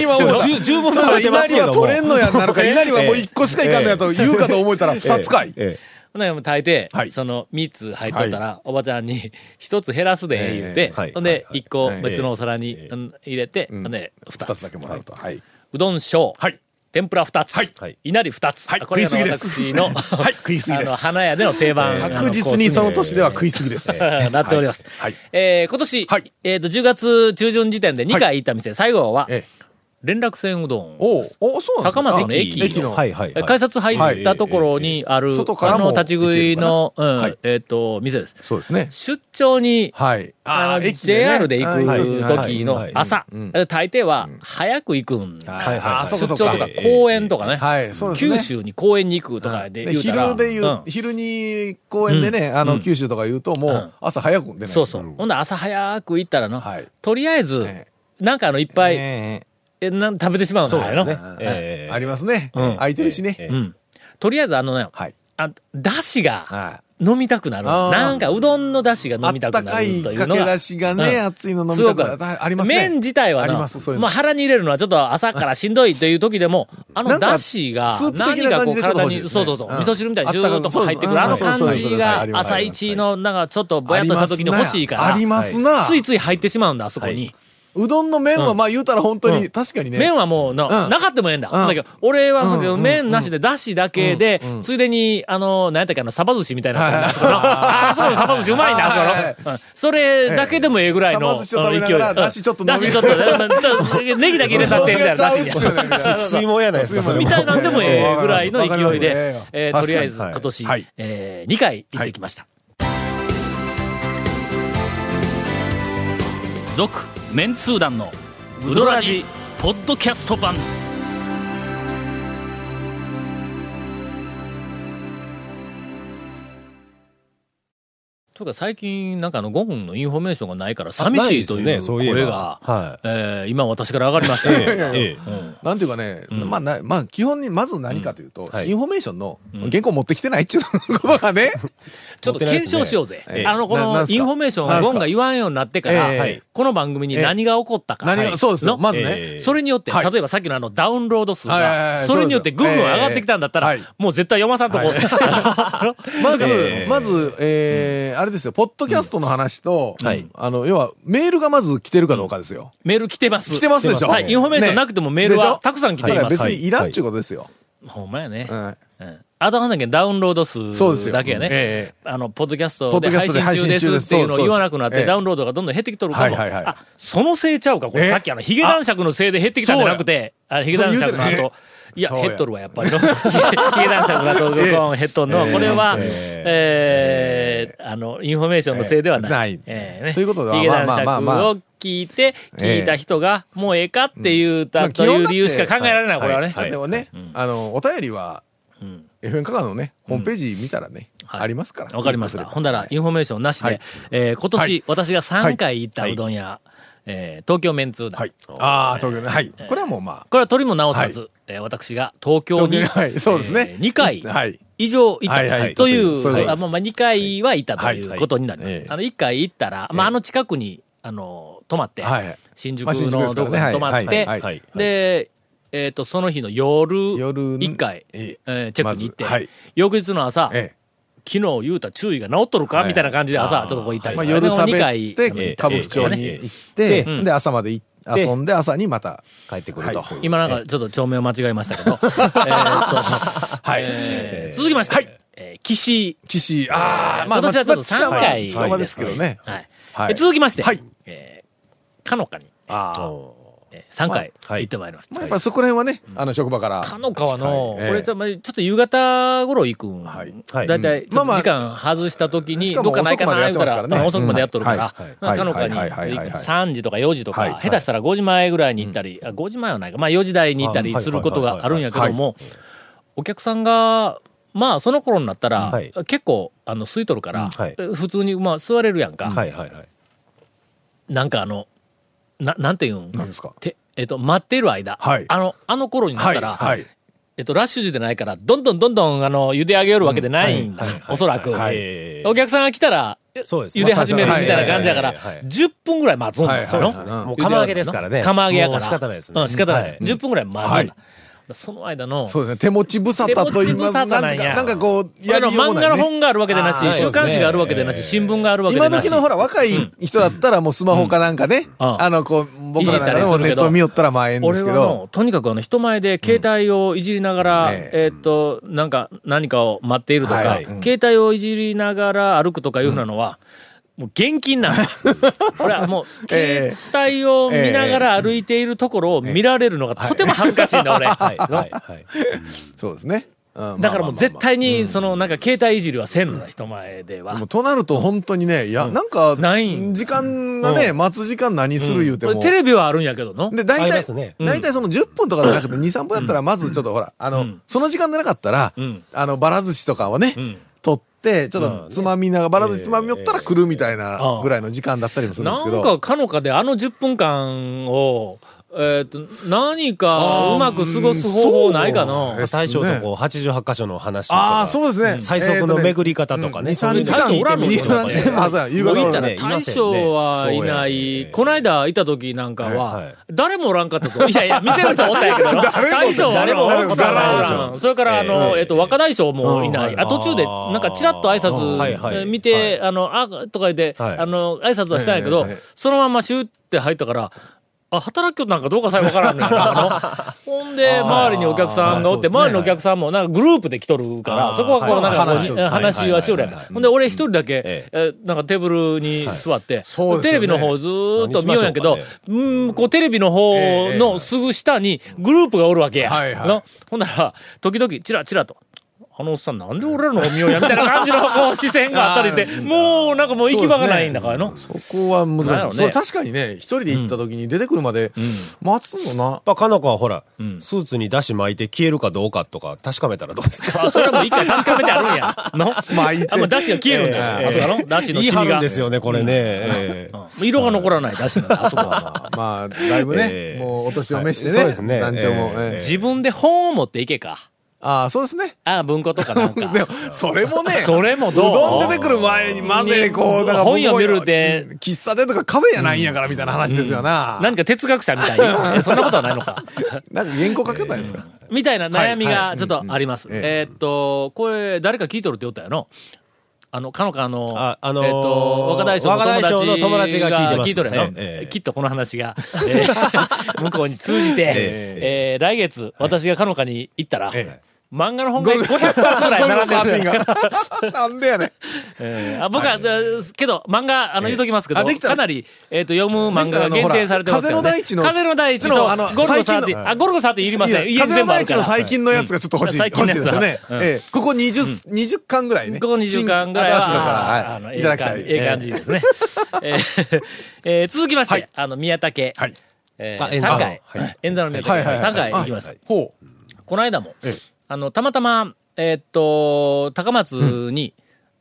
Speaker 3: 今思った。
Speaker 7: 十十分
Speaker 3: そう
Speaker 7: 食
Speaker 3: だ
Speaker 7: べてます
Speaker 3: 稲
Speaker 7: け
Speaker 3: 荷は
Speaker 7: ども。
Speaker 3: 取れんのやなるか、稲荷はもう1個しかいかんのやと言うかと思えたら2つかい。
Speaker 7: え
Speaker 1: ほんならもう大抵、
Speaker 3: はい
Speaker 1: その3つ入っとったら、おばちゃんに1つ減らすでええ言うて、
Speaker 3: ええ
Speaker 7: はい
Speaker 1: ほんで
Speaker 7: はい
Speaker 1: 1個
Speaker 3: はい
Speaker 1: 別のお皿に、
Speaker 7: ええ
Speaker 1: うん入れて、ほんで2
Speaker 3: 2
Speaker 1: つ
Speaker 3: つだけもらうと。はい。
Speaker 1: うどん小、
Speaker 3: はい
Speaker 1: 天ぷら2つ、
Speaker 7: はい
Speaker 1: 稲荷2つ、
Speaker 3: はい
Speaker 1: あこれがあの
Speaker 3: 食いす
Speaker 1: 私
Speaker 3: ぎです
Speaker 1: の
Speaker 3: はい、食いすぎ
Speaker 1: あ
Speaker 3: で
Speaker 1: の
Speaker 3: す。
Speaker 1: 花屋での定番
Speaker 3: 確実にその年では食いすぎです。
Speaker 1: あのコース なっております、
Speaker 3: はいはい
Speaker 1: えー今年、
Speaker 3: はい
Speaker 1: えーと10月中旬時点で2回行った店、最後は
Speaker 3: ええ
Speaker 1: 連絡船うどん
Speaker 3: おうおう、そうなんですか
Speaker 1: 高松の駅
Speaker 3: 駅の。
Speaker 7: はいはいはい。
Speaker 1: 改札入ったところにある、
Speaker 3: はい外から
Speaker 1: あ
Speaker 3: も
Speaker 1: の立ち食いの、うん
Speaker 3: はい
Speaker 1: えっ、と、店です。
Speaker 3: そうですね。
Speaker 1: 出張に、
Speaker 3: はい。
Speaker 1: あの
Speaker 3: 駅ね
Speaker 1: JR で行く
Speaker 3: はい
Speaker 1: 時の朝、大抵は早く行くんだ、
Speaker 3: はいはい。あ、そう
Speaker 1: 出
Speaker 3: か
Speaker 1: 張
Speaker 3: そう
Speaker 1: と
Speaker 3: か。
Speaker 1: か公園とかね、
Speaker 3: はい、そうですね。
Speaker 1: 九州に公園に行くとかで
Speaker 3: で
Speaker 1: 言うたら、
Speaker 3: 昼で言う、
Speaker 1: うん
Speaker 3: 昼に公園でね、あの、九州とか言うと、もう朝早く出ない。
Speaker 1: そうそう。ほんで朝早く行ったらの、
Speaker 3: はい
Speaker 1: とりあえず、
Speaker 3: え
Speaker 1: なんかあのいっぱい、
Speaker 3: え
Speaker 1: えなん食べてしまうの
Speaker 7: そうですね
Speaker 1: あれの
Speaker 3: え
Speaker 7: ええ
Speaker 3: ありますね。
Speaker 1: うん
Speaker 3: 空いてるしね。
Speaker 7: ええ
Speaker 1: うん。とりあえずあのね、
Speaker 3: はい。
Speaker 1: あ、だしが、
Speaker 3: はい。
Speaker 1: 飲みたくなる。
Speaker 3: あー
Speaker 1: なんかうどんの出汁が飲
Speaker 3: あっ
Speaker 1: みた
Speaker 3: た
Speaker 1: くな
Speaker 3: か
Speaker 1: る
Speaker 3: い
Speaker 1: という
Speaker 3: か
Speaker 1: の
Speaker 3: け
Speaker 1: が
Speaker 3: 出。しがね、
Speaker 1: うん
Speaker 3: 熱いの飲み
Speaker 1: すご
Speaker 3: た
Speaker 1: く
Speaker 3: く
Speaker 1: あ
Speaker 3: な
Speaker 1: る
Speaker 3: るあありますね
Speaker 1: 麺自体は
Speaker 3: あ
Speaker 1: な
Speaker 3: りますそういうの
Speaker 1: まあ、腹に入れるのはちょっと朝からしんどいという時でも、あの
Speaker 3: なんか
Speaker 1: だしが
Speaker 3: スープ
Speaker 1: 何
Speaker 3: 的な
Speaker 1: がこ
Speaker 3: 感じ
Speaker 1: う
Speaker 3: でちょ
Speaker 1: 体に、そ
Speaker 3: っと欲しいですね
Speaker 1: うそうそう、
Speaker 3: うん
Speaker 1: 味噌汁みたいにジューッとこう入ってくる、
Speaker 3: あ
Speaker 1: あ
Speaker 3: った
Speaker 1: の
Speaker 3: かそうそう
Speaker 1: 感
Speaker 3: そう
Speaker 1: じ
Speaker 3: そうそうあ
Speaker 1: が
Speaker 3: ります
Speaker 1: 朝一のなんかちょっとぼやっとした時に欲しいから、
Speaker 3: ありますな。
Speaker 1: ついつい入ってしまうんだ、あそこに。
Speaker 3: うどんの麺はまあ言うたら本当
Speaker 1: うん
Speaker 3: に確かにね。
Speaker 1: 麺はもうな、
Speaker 3: うん
Speaker 1: なかったもええんだ。
Speaker 3: うん
Speaker 1: だけど、俺はそうだけど、
Speaker 3: うん
Speaker 1: 麺なしで、だしだけで、ついでに、あの、何やったっけ、あの、サバ寿司みたいなやつあそこのああそこのサバ寿司うまいんだ、あそこの。うんそれだけでもええぐらいの、
Speaker 3: サバ寿司を食べながら
Speaker 1: あの
Speaker 3: だしちょっと飲み
Speaker 1: だしちょっとうんネギだけ入れさせてみたいな、だしに。
Speaker 3: それがちゃうっちゅうねん
Speaker 1: そうそう
Speaker 7: 水門やないですか、それ
Speaker 1: み
Speaker 7: も。
Speaker 1: たいなんでもええぐらいの勢い
Speaker 3: わかり
Speaker 1: で
Speaker 3: ます、
Speaker 1: えーとりあえず
Speaker 7: 確かにはい
Speaker 1: 今年、
Speaker 3: はい
Speaker 1: え2回行ってきました。続、メンツー団のウドラジポッドキャスト版。というか最近なんかあの5分のインフォメーションがないから寂しいという声が、
Speaker 7: は
Speaker 1: えー今私から上がりました。
Speaker 7: い。ええ。
Speaker 3: なんていうかね、まあな、まあ基本に、まず何かというと、
Speaker 7: はい
Speaker 3: インフォメーションの原稿持ってきてないっていうこ とがね、
Speaker 1: ちょっと検証しようぜ。
Speaker 3: 持ってないですね
Speaker 1: あの、こ
Speaker 3: ええなな
Speaker 1: の
Speaker 3: んすか
Speaker 1: インフォメーションを
Speaker 3: なんすか
Speaker 1: ゴンが言わんようになってから、
Speaker 3: ええ
Speaker 1: はいこの番組に何が起こったか。
Speaker 3: 何
Speaker 1: は
Speaker 3: が、
Speaker 1: い
Speaker 3: そうですよ。
Speaker 1: の
Speaker 3: まず
Speaker 7: え
Speaker 3: ね。
Speaker 7: え
Speaker 1: それによって、
Speaker 3: はい
Speaker 1: 例えばさっきのあのダウンロード数
Speaker 3: はいはい
Speaker 1: が
Speaker 3: は、い
Speaker 1: それによってぐんぐん上
Speaker 3: そうですよ
Speaker 1: がってきたんだったら、
Speaker 3: えええ
Speaker 1: もう絶対読まさん とこう。
Speaker 3: まず、
Speaker 7: ええ
Speaker 3: まず、えーあれですよ、ポッドキャストの話と、
Speaker 7: はい
Speaker 3: あの、要は、メールがまず来てるかどうかですよ。
Speaker 1: メール来てます。
Speaker 3: 来てますでしょ
Speaker 1: はい、インフォメーションなくてもメール
Speaker 3: でし
Speaker 1: は
Speaker 3: ょ
Speaker 1: たくさん来てい
Speaker 3: だ
Speaker 1: ま
Speaker 3: から
Speaker 1: す。
Speaker 3: 別
Speaker 1: はい
Speaker 3: にいらんっちゅうことですよ。
Speaker 1: ほんまやね。
Speaker 3: うん
Speaker 1: うんあとはなんだけダウンロード数
Speaker 3: そうですよ。
Speaker 1: だけやね。
Speaker 3: うんええ
Speaker 1: あの、ポッドキャスト
Speaker 3: ポッ
Speaker 1: で
Speaker 3: ドキャ
Speaker 1: 配
Speaker 3: スト
Speaker 1: 信中で
Speaker 3: で配信中
Speaker 1: す
Speaker 3: で
Speaker 1: っ
Speaker 3: す
Speaker 1: ていうのを言わなくなっ
Speaker 3: そ
Speaker 1: て、
Speaker 3: うそう
Speaker 1: ダウンロードがどんどん減ってきとるかも。
Speaker 3: はいはいはい
Speaker 1: あ、そのせいちゃうか、これ
Speaker 3: え
Speaker 1: さっきあの、ヒゲ男爵のせいで減ってきたんじゃなくて、あヒゲ男爵の
Speaker 3: そう言う
Speaker 1: 後、いや、
Speaker 3: そうや
Speaker 1: 減っとるわ、やっぱりの。ヒ ゲ男爵の後、
Speaker 3: ええ
Speaker 1: ゴン減っとんのは、これは、えーあの、インフォメーションのせいではな
Speaker 3: ないい。
Speaker 1: ええね
Speaker 3: ということで
Speaker 1: ヒゲ男
Speaker 3: まあまあまあま
Speaker 1: 爵
Speaker 3: あ
Speaker 1: を聞いて、聞いた人が、もうええかって言う
Speaker 3: ま
Speaker 1: た
Speaker 3: あ
Speaker 1: と
Speaker 3: 基
Speaker 1: い
Speaker 3: 本
Speaker 1: う
Speaker 3: だって
Speaker 1: 理由しか考えられない、これはね。
Speaker 7: はい
Speaker 3: でもね、あの、お便りは、FM カガのね、ホームページ見たらね、
Speaker 1: はい
Speaker 3: ありますから。
Speaker 1: わかりまし
Speaker 3: ク
Speaker 1: た。
Speaker 3: リック
Speaker 1: ほんなら、インフォメーションなしで、
Speaker 3: はい
Speaker 1: えー今年、
Speaker 3: はい
Speaker 1: 私が3回行った
Speaker 3: はいう
Speaker 1: どん屋、えー東京メンツーだ。
Speaker 3: すれば。はい。ああ、東京ね。はい。これはもうまあ、
Speaker 1: これは取りも直さず、えー私が東京に、
Speaker 3: 東京にはいそうですね
Speaker 1: 2回
Speaker 3: はい。
Speaker 1: 以上行っ
Speaker 3: はいは
Speaker 1: た
Speaker 3: い
Speaker 1: という、
Speaker 3: そういうことです
Speaker 1: あまあまあ2回は行ったと
Speaker 3: はい
Speaker 1: いうことになります。
Speaker 3: はいええ
Speaker 1: あの1回行ったら、まああの近くに、あの、泊まって、
Speaker 3: はい
Speaker 1: 新宿
Speaker 3: まあ新宿で
Speaker 1: の
Speaker 3: すか
Speaker 1: ど
Speaker 3: ら
Speaker 1: こ
Speaker 3: ね
Speaker 1: かに泊まって
Speaker 3: はいはい、
Speaker 7: はい。
Speaker 1: で、えっ、と、その日の夜、
Speaker 3: 夜に
Speaker 1: 1回、
Speaker 3: え
Speaker 1: え
Speaker 3: え
Speaker 1: ーチェックに行って、
Speaker 3: まずはい
Speaker 1: 翌日の朝、
Speaker 3: え
Speaker 1: 昨日言うた注意が治っとるか、
Speaker 3: はい
Speaker 1: みたいな感じで朝、
Speaker 7: あー
Speaker 1: ちょっとこう行った
Speaker 3: え。
Speaker 1: り
Speaker 3: まあ
Speaker 1: とか
Speaker 3: 夜
Speaker 1: でも
Speaker 3: 食
Speaker 1: 二回
Speaker 3: べて、
Speaker 1: え
Speaker 3: 歌舞伎町に行って、
Speaker 1: うん
Speaker 3: で、朝までい
Speaker 7: で
Speaker 3: 遊んで、朝にまた。
Speaker 7: 帰ってくると。
Speaker 1: 今なんかちょっと帳面を間違えましたけど、えーっと
Speaker 3: はい。
Speaker 1: えー続きまして、えー岸井
Speaker 3: 岸、ああ、まあ、
Speaker 1: 今年はちょっと
Speaker 3: まあ
Speaker 1: 3回
Speaker 3: 近場ですけどね。
Speaker 1: はい
Speaker 3: はい
Speaker 1: え続きまして、
Speaker 3: はい
Speaker 1: えーかのかに、
Speaker 3: ああ。
Speaker 1: えー、3回
Speaker 7: はい
Speaker 1: 行ってまいりました。
Speaker 3: まあ、やっぱりそこら辺はね、あの職場から。
Speaker 1: かのかはの、
Speaker 3: 近い
Speaker 1: これちょまあちょっと夕方頃行くん。
Speaker 3: はい
Speaker 7: はい
Speaker 1: だいたい、
Speaker 3: まあまあ
Speaker 1: 時間外した時に、
Speaker 3: しか
Speaker 1: ど
Speaker 3: も
Speaker 1: っかないかな、言うたら、あ遅
Speaker 3: 遅
Speaker 1: く
Speaker 3: く
Speaker 1: まで
Speaker 3: まで
Speaker 1: や
Speaker 3: や
Speaker 1: っ
Speaker 3: っ
Speaker 1: と
Speaker 3: と
Speaker 1: る
Speaker 3: る
Speaker 1: か
Speaker 3: からら、
Speaker 1: まあかのかに、
Speaker 3: はいはいはいはいはい
Speaker 1: 3時とか4時と
Speaker 3: はい
Speaker 1: か
Speaker 3: は、い
Speaker 1: 下手したら5時前ぐらいに行ったり、あ5時前はないか、まあ4時台に行ったりすることがあるんやけども、お客さんが、まあその頃になったら
Speaker 7: はい、
Speaker 1: 結構、あの、空いとるから、
Speaker 7: はい
Speaker 1: 普通に、まあ座れるやんか。
Speaker 7: はいはいはい。
Speaker 1: なんかあの、な、なんていうん
Speaker 3: 何ですか
Speaker 1: てえっ、と、待ってる間、
Speaker 3: はい
Speaker 1: あの、あの頃になったら、
Speaker 3: はいはい
Speaker 1: えっと、ラッシュ時でないから、どんどんどんどん、あの、茹で上げよるわけでないんだ、おそらく、
Speaker 3: はい
Speaker 7: ええ
Speaker 1: お客さんが来たら、え
Speaker 7: そうです
Speaker 1: 茹で始めるみたいな感じだから、
Speaker 7: はいはいはいはい
Speaker 1: 10分ぐらい待つんだよ、
Speaker 3: はいはい
Speaker 1: の
Speaker 3: はい
Speaker 7: もう釜揚げですからね
Speaker 1: 釜揚げやから。
Speaker 7: もう仕方ないですね
Speaker 1: うん、仕方ない。
Speaker 7: はい
Speaker 1: 10分ぐらい待つんだ。
Speaker 3: はい
Speaker 1: その間の、
Speaker 3: そうですね、手持ち無沙汰と言います
Speaker 1: 手持ち無沙汰なんや
Speaker 3: なんかなんかこう、
Speaker 1: あ
Speaker 3: やり
Speaker 1: の
Speaker 3: よう
Speaker 1: 漫画
Speaker 3: もな
Speaker 1: の
Speaker 3: い、ね。
Speaker 1: 本があるわけでなし、
Speaker 7: あー
Speaker 1: 週刊誌があるわけでなし、
Speaker 7: そうですね
Speaker 1: 新聞があるわけで
Speaker 3: 今
Speaker 1: なし。
Speaker 3: 時のほら、若い人だったらもうスマホかなんかね、
Speaker 1: うん
Speaker 3: あの、こう、僕ら
Speaker 1: いじ
Speaker 3: なんかで
Speaker 1: ったりす
Speaker 3: も
Speaker 1: る
Speaker 3: ネ
Speaker 1: けど
Speaker 3: ット見よったらまあええんで
Speaker 1: 俺
Speaker 3: すけ
Speaker 1: は
Speaker 3: ど、
Speaker 1: の、とにかくあの人前で携帯をいじりながら、
Speaker 3: うんね
Speaker 1: えーっと、なんか、何かを待っているとか、
Speaker 7: はいはいうん
Speaker 1: 携帯をいじりながら歩くとかいうふうなのは、もう現金なんだ。 俺はもう、携
Speaker 3: ええ
Speaker 1: 帯を見ながら歩いているところを見られるのがとても恥ずかしいんだ、俺。
Speaker 7: はいはい
Speaker 1: の
Speaker 7: はい。
Speaker 3: そうですね。うん
Speaker 1: だからもう絶。
Speaker 3: まあまあまあま
Speaker 1: 対に、その、なんか携帯いじりはせんのだ、人前で
Speaker 3: あ
Speaker 1: は
Speaker 3: もう。となると本当にね、いや、なんか、
Speaker 1: ないん
Speaker 3: 時間がね、待つ時間何する言うても。
Speaker 1: テレビはあるんやけどの。
Speaker 3: で、大
Speaker 7: ありま
Speaker 3: 体
Speaker 7: すね、
Speaker 3: 大体その10分とかじゃなくて2、3分やったら、まずちょっとほら、あの、その時間でなかったら
Speaker 1: ん、
Speaker 3: あの、ばら寿司とかをね
Speaker 1: ん、
Speaker 3: 取って、ちょっとつまみながら、ばら寿司つまみ寄ったら来るみたい
Speaker 1: ああ
Speaker 3: なぐらいの時間だったりもするんで
Speaker 1: な
Speaker 3: すけ
Speaker 1: ん
Speaker 3: ど、
Speaker 1: か、かのかであの10分間を、えーっと、何かうまく過ごす方法ないかな。
Speaker 3: ですね
Speaker 7: 大将とこう88箇所の話とか。
Speaker 3: ああ、そうですね。
Speaker 7: 最速の巡り方とかね。
Speaker 3: えーと
Speaker 7: そうい
Speaker 3: ね
Speaker 7: う
Speaker 1: 大将おらんの
Speaker 3: 二
Speaker 1: この
Speaker 3: 三
Speaker 1: 場
Speaker 3: 時間
Speaker 1: 所
Speaker 3: 朝夕
Speaker 7: も
Speaker 3: 方
Speaker 7: うい
Speaker 3: まで
Speaker 7: いかね
Speaker 1: 大将はいな
Speaker 7: そうや
Speaker 1: い。
Speaker 7: ね
Speaker 1: こないだいた時なんか
Speaker 7: はいは、
Speaker 1: はい誰もおらんかったと。いやいや、店の人おったんやけどな
Speaker 3: 誰も
Speaker 1: 大将は
Speaker 3: 誰も
Speaker 1: おらんかった
Speaker 3: 誰も
Speaker 1: なそれから、あ
Speaker 7: え
Speaker 1: の、
Speaker 7: え
Speaker 1: えっと、若大将もいな
Speaker 3: う
Speaker 1: い。
Speaker 3: ん
Speaker 1: あ、途中で、なんかちらっと挨
Speaker 7: うんはいはい
Speaker 1: 拶え見て、あの、あ、とか言って、
Speaker 7: はい
Speaker 1: あの、挨拶はしたんやけ
Speaker 3: ええ
Speaker 1: ど
Speaker 3: ええええ、
Speaker 1: そのままシューって入ったから、あ、働きよなんかどうかさえわからんのよなあのほんで、周りにお客さんがおって、
Speaker 3: まあ
Speaker 1: 周り
Speaker 3: そうですね
Speaker 1: のお客さんもなんかグループで来とるから、
Speaker 7: あー
Speaker 1: そこはこ
Speaker 7: は
Speaker 1: う、
Speaker 7: い
Speaker 1: なんかこ
Speaker 7: 話を
Speaker 1: う話はしよるやん
Speaker 7: はいはいはいはい
Speaker 1: ほんで、俺一人だけ、
Speaker 7: え
Speaker 1: えーなんかテーブルに座って、
Speaker 3: そうです
Speaker 1: テ
Speaker 3: よ
Speaker 1: レ
Speaker 3: ね
Speaker 1: ビの方ずーっと見ようんやけど、
Speaker 7: 何し
Speaker 1: うーん、こうテレビの方のすぐ下にグループがおるわけや。
Speaker 3: はいはい
Speaker 1: のほんなら、時々、チラチラと。あのおっさんなんで俺らのお見ようやみたいな感じのこう視線があったりして、もうなんかもう行き場がないんだからの。
Speaker 3: そこは難しい、
Speaker 1: なんやろね
Speaker 3: それ確かにね一人で行った時に出てくるまで待つの な、
Speaker 7: っぱ、かのこはほら、スーツに出し巻いて消えるかどうかとか確かめたらどうですか
Speaker 1: あ、それはもう一回確かめてあるんや。の
Speaker 3: まあいいって
Speaker 1: あ、もうダシが消えるんだよ。あ、そうやろダシの
Speaker 7: 言い
Speaker 1: シ
Speaker 7: 張
Speaker 1: ミ
Speaker 7: るん
Speaker 1: が。
Speaker 7: ですよね、これね。ええ
Speaker 1: うん色が残らないダシなんだ、あそこは。
Speaker 3: まあだいぶね、
Speaker 7: ええ
Speaker 3: もうお年を召してね、
Speaker 7: はいそうですね
Speaker 3: 団長も、
Speaker 7: ええ
Speaker 3: ええ
Speaker 1: 自分で本を持っていけか。
Speaker 3: ああそうですね
Speaker 1: あ、文庫とかなんか。
Speaker 3: でもそれもね
Speaker 1: それもどう
Speaker 3: うどん出てくる前にまでこうだから
Speaker 1: 本読めるで
Speaker 3: 僕も喫茶店とかカフェやないんやからみたいな話ですよな、
Speaker 1: 何か哲学者みたいに、えそんなことはないのか。
Speaker 3: なんか原稿書けないですか、
Speaker 1: みたいな悩みがちょっとあります。
Speaker 3: はいはいうんうんえ
Speaker 1: えーっと、これ、誰か聞いとるって言ったやろあの、かのかの、
Speaker 7: ああのー
Speaker 1: えーっと、若大将の友達
Speaker 7: 若大将の友達が聞いてます
Speaker 1: とるやろ
Speaker 7: え、えええ
Speaker 1: きっとこの話が、えー 向こうに通じて、えー来月、私がかのかに行ったら、
Speaker 3: え
Speaker 1: 漫画の本が500冊ぐらい並んでるやんか。
Speaker 3: が なんでやねん
Speaker 1: えーあ僕は、えーけど、漫画、あの、言うときますけど、
Speaker 3: あできた
Speaker 1: かなり、えっ、と、読む漫画が
Speaker 3: で
Speaker 1: 限
Speaker 3: きたらあの
Speaker 1: 定されてますから、ね。
Speaker 3: ほら風の大地の
Speaker 1: 風の大地
Speaker 3: うち
Speaker 1: と、
Speaker 3: のあの
Speaker 1: ゴルゴ
Speaker 3: 最近
Speaker 1: 13。あ、ゴルゴ13いりません。
Speaker 3: いや
Speaker 1: 家に
Speaker 3: 風
Speaker 1: 全
Speaker 3: の
Speaker 1: 部あるか
Speaker 3: 大地
Speaker 1: ら。
Speaker 3: の最近のやつがちょっと欲しい、
Speaker 1: 最近
Speaker 3: 欲
Speaker 1: の
Speaker 3: しい
Speaker 1: や
Speaker 3: で
Speaker 1: つ
Speaker 3: すよね、
Speaker 1: うん
Speaker 3: ええここ 20,、20巻ぐらいね
Speaker 1: ここ20巻ぐらい
Speaker 3: 新しいのから、
Speaker 1: は、あ
Speaker 3: は
Speaker 1: の
Speaker 3: い、
Speaker 1: え
Speaker 3: い
Speaker 1: え
Speaker 3: た
Speaker 1: 感
Speaker 3: だ
Speaker 1: じ
Speaker 3: きたい、
Speaker 1: ええ感じですね。えーえー続きまして、
Speaker 3: はい
Speaker 1: あの、宮武。
Speaker 3: はい
Speaker 1: え
Speaker 7: あ
Speaker 1: ー、
Speaker 7: 円座
Speaker 1: 3
Speaker 7: の
Speaker 1: 回
Speaker 7: はい。
Speaker 1: 演座の宮武。
Speaker 3: はいはいはい
Speaker 1: 3回行きました。
Speaker 3: ほう
Speaker 1: この間も
Speaker 3: ええ、
Speaker 1: あの、たまたま、えーっと、高松に、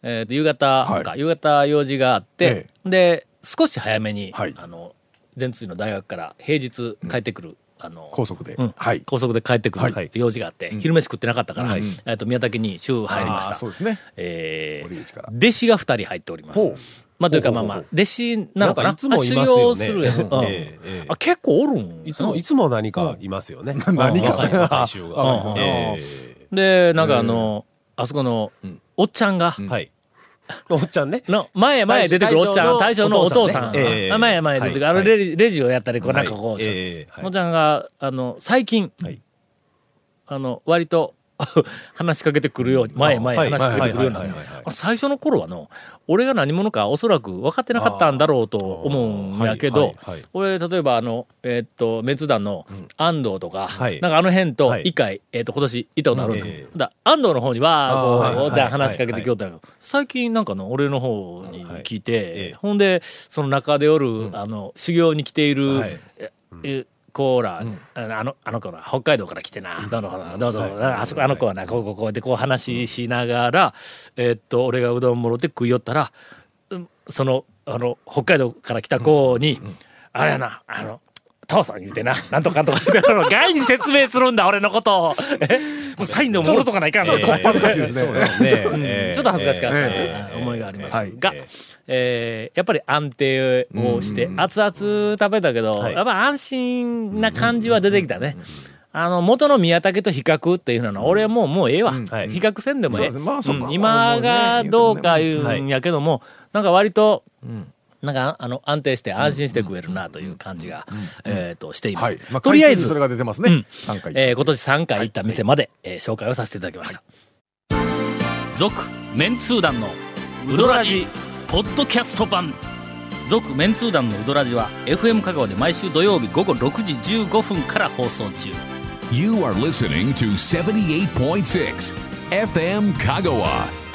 Speaker 1: えーっと、夕方か、
Speaker 3: は
Speaker 1: 夕方用事があって
Speaker 3: え、
Speaker 1: で、少し早めに、
Speaker 3: はい
Speaker 1: あの、全通の大学から平日帰ってくる、あの、
Speaker 3: 高速で、
Speaker 1: うん
Speaker 3: はい
Speaker 1: 高速で帰ってく
Speaker 3: は
Speaker 1: る
Speaker 3: い
Speaker 1: 用事があって、昼飯食ってなかったから、
Speaker 3: うん
Speaker 1: えーっと、宮崎に週入りまし
Speaker 3: あー
Speaker 1: た。
Speaker 3: そうですね
Speaker 1: えー
Speaker 3: 堀口から
Speaker 1: 弟子が2人入っております
Speaker 3: ほう。
Speaker 1: まあ、というか、
Speaker 3: ほ
Speaker 1: ま
Speaker 3: う
Speaker 1: あ
Speaker 3: ほう
Speaker 1: ま
Speaker 3: ほう
Speaker 1: あ、弟子なのかな
Speaker 7: なんかいつもい
Speaker 1: あ修
Speaker 7: ますよ
Speaker 1: 行
Speaker 7: ね
Speaker 1: するやつ。
Speaker 7: うん
Speaker 1: うん
Speaker 7: ええええ
Speaker 1: あ、結構おるん
Speaker 7: いつも、いつも何かいますよね。
Speaker 3: 何か
Speaker 7: 若い大衆
Speaker 1: う
Speaker 7: が
Speaker 1: ん。
Speaker 7: え
Speaker 1: で、なんかあの、あそこの、おっちゃんが、
Speaker 7: えはい。おっち ゃんね。
Speaker 1: の、前へ前へ出てくるおっちゃん、大
Speaker 7: 大
Speaker 1: 将
Speaker 7: 将
Speaker 1: の
Speaker 7: の
Speaker 1: お
Speaker 7: お
Speaker 1: 父
Speaker 7: 父
Speaker 1: さ
Speaker 7: さ
Speaker 1: ん、
Speaker 7: んねええ
Speaker 1: あ前へ前へ出てくる、あの
Speaker 7: はい
Speaker 1: レジ、レジをやったり、こう、なんかこう、
Speaker 7: はいええはい
Speaker 1: おっちゃんが、あの、最近、
Speaker 7: はい
Speaker 1: あの、割と、 話しかけてくるように、前へ前へ
Speaker 7: はい
Speaker 1: 話しかけてくるようになる
Speaker 7: はいはいはいはいはい
Speaker 1: 最初の頃はの、俺が何者かおそらく分かってなかったんだろうと思うんやけ
Speaker 7: はい
Speaker 1: ど
Speaker 7: はいはい、
Speaker 1: 俺、例えばあの、えーっと、滅団の安藤とか、
Speaker 7: はい
Speaker 1: なんかあの辺と
Speaker 7: はい
Speaker 1: 一回、えーっと、今年行ったことあるんだ
Speaker 7: え
Speaker 1: だから安藤の方には、
Speaker 3: あー
Speaker 1: こ
Speaker 7: は
Speaker 1: う、
Speaker 7: い
Speaker 1: じゃあ
Speaker 7: はい
Speaker 1: 話しかけてきよったんやけど、最近なんかの、俺の方に聞い
Speaker 7: ええ
Speaker 1: て、ほんで、その中でおる、あの、修行に来ている
Speaker 7: はい、
Speaker 1: ええコーラ、あの、あの子ら、北海道から来てな、どうのかな、どうぞ、あそこ、あの子はな、こう、こう、こうで、こう話しながら、えっと、俺がうどんもろって食いよったら、うんその、あの、北海道から来た子に、あれやな、あの、父さん言うてな、なんとかんとか言うて、あの外に説明するんだ、俺のことを。えもうサインでももろとかないかん
Speaker 3: ちょっとこっぱずかしいですね、
Speaker 7: ね
Speaker 1: うん
Speaker 7: ええ
Speaker 1: ちょっと恥ずかしかった、
Speaker 3: え
Speaker 7: ええ
Speaker 1: 思いがありま
Speaker 3: はい
Speaker 1: すが、えーやっぱり安定をして、熱々食べたけど、
Speaker 7: い
Speaker 1: やっぱ安心な感じは出てきたね。あの、元の宮武と比較っていうのは、俺はもう、もうええわ。比
Speaker 7: はい
Speaker 1: 較せんでもええ。
Speaker 3: そうですねまあそこは
Speaker 1: うん今がどうかいうんやけども、なんか割と、なんか、あの、安定して安心して食えるなという感じが、えっと、していま
Speaker 3: は
Speaker 1: す
Speaker 3: い。まあ、
Speaker 1: とりあえ
Speaker 3: 回数にそ
Speaker 1: ず
Speaker 3: れ、が出てますね、
Speaker 1: うん
Speaker 3: 3回、
Speaker 1: えー今年3回行った店まで、えー紹介をさせていただきました「続、メンツー団のウドラジポッドキャスト版」「続・メンツー団のウドラジは FM 香川で毎週土曜日午後6時15分から放送中
Speaker 2: You are listening to 78.6 FM Kagawa.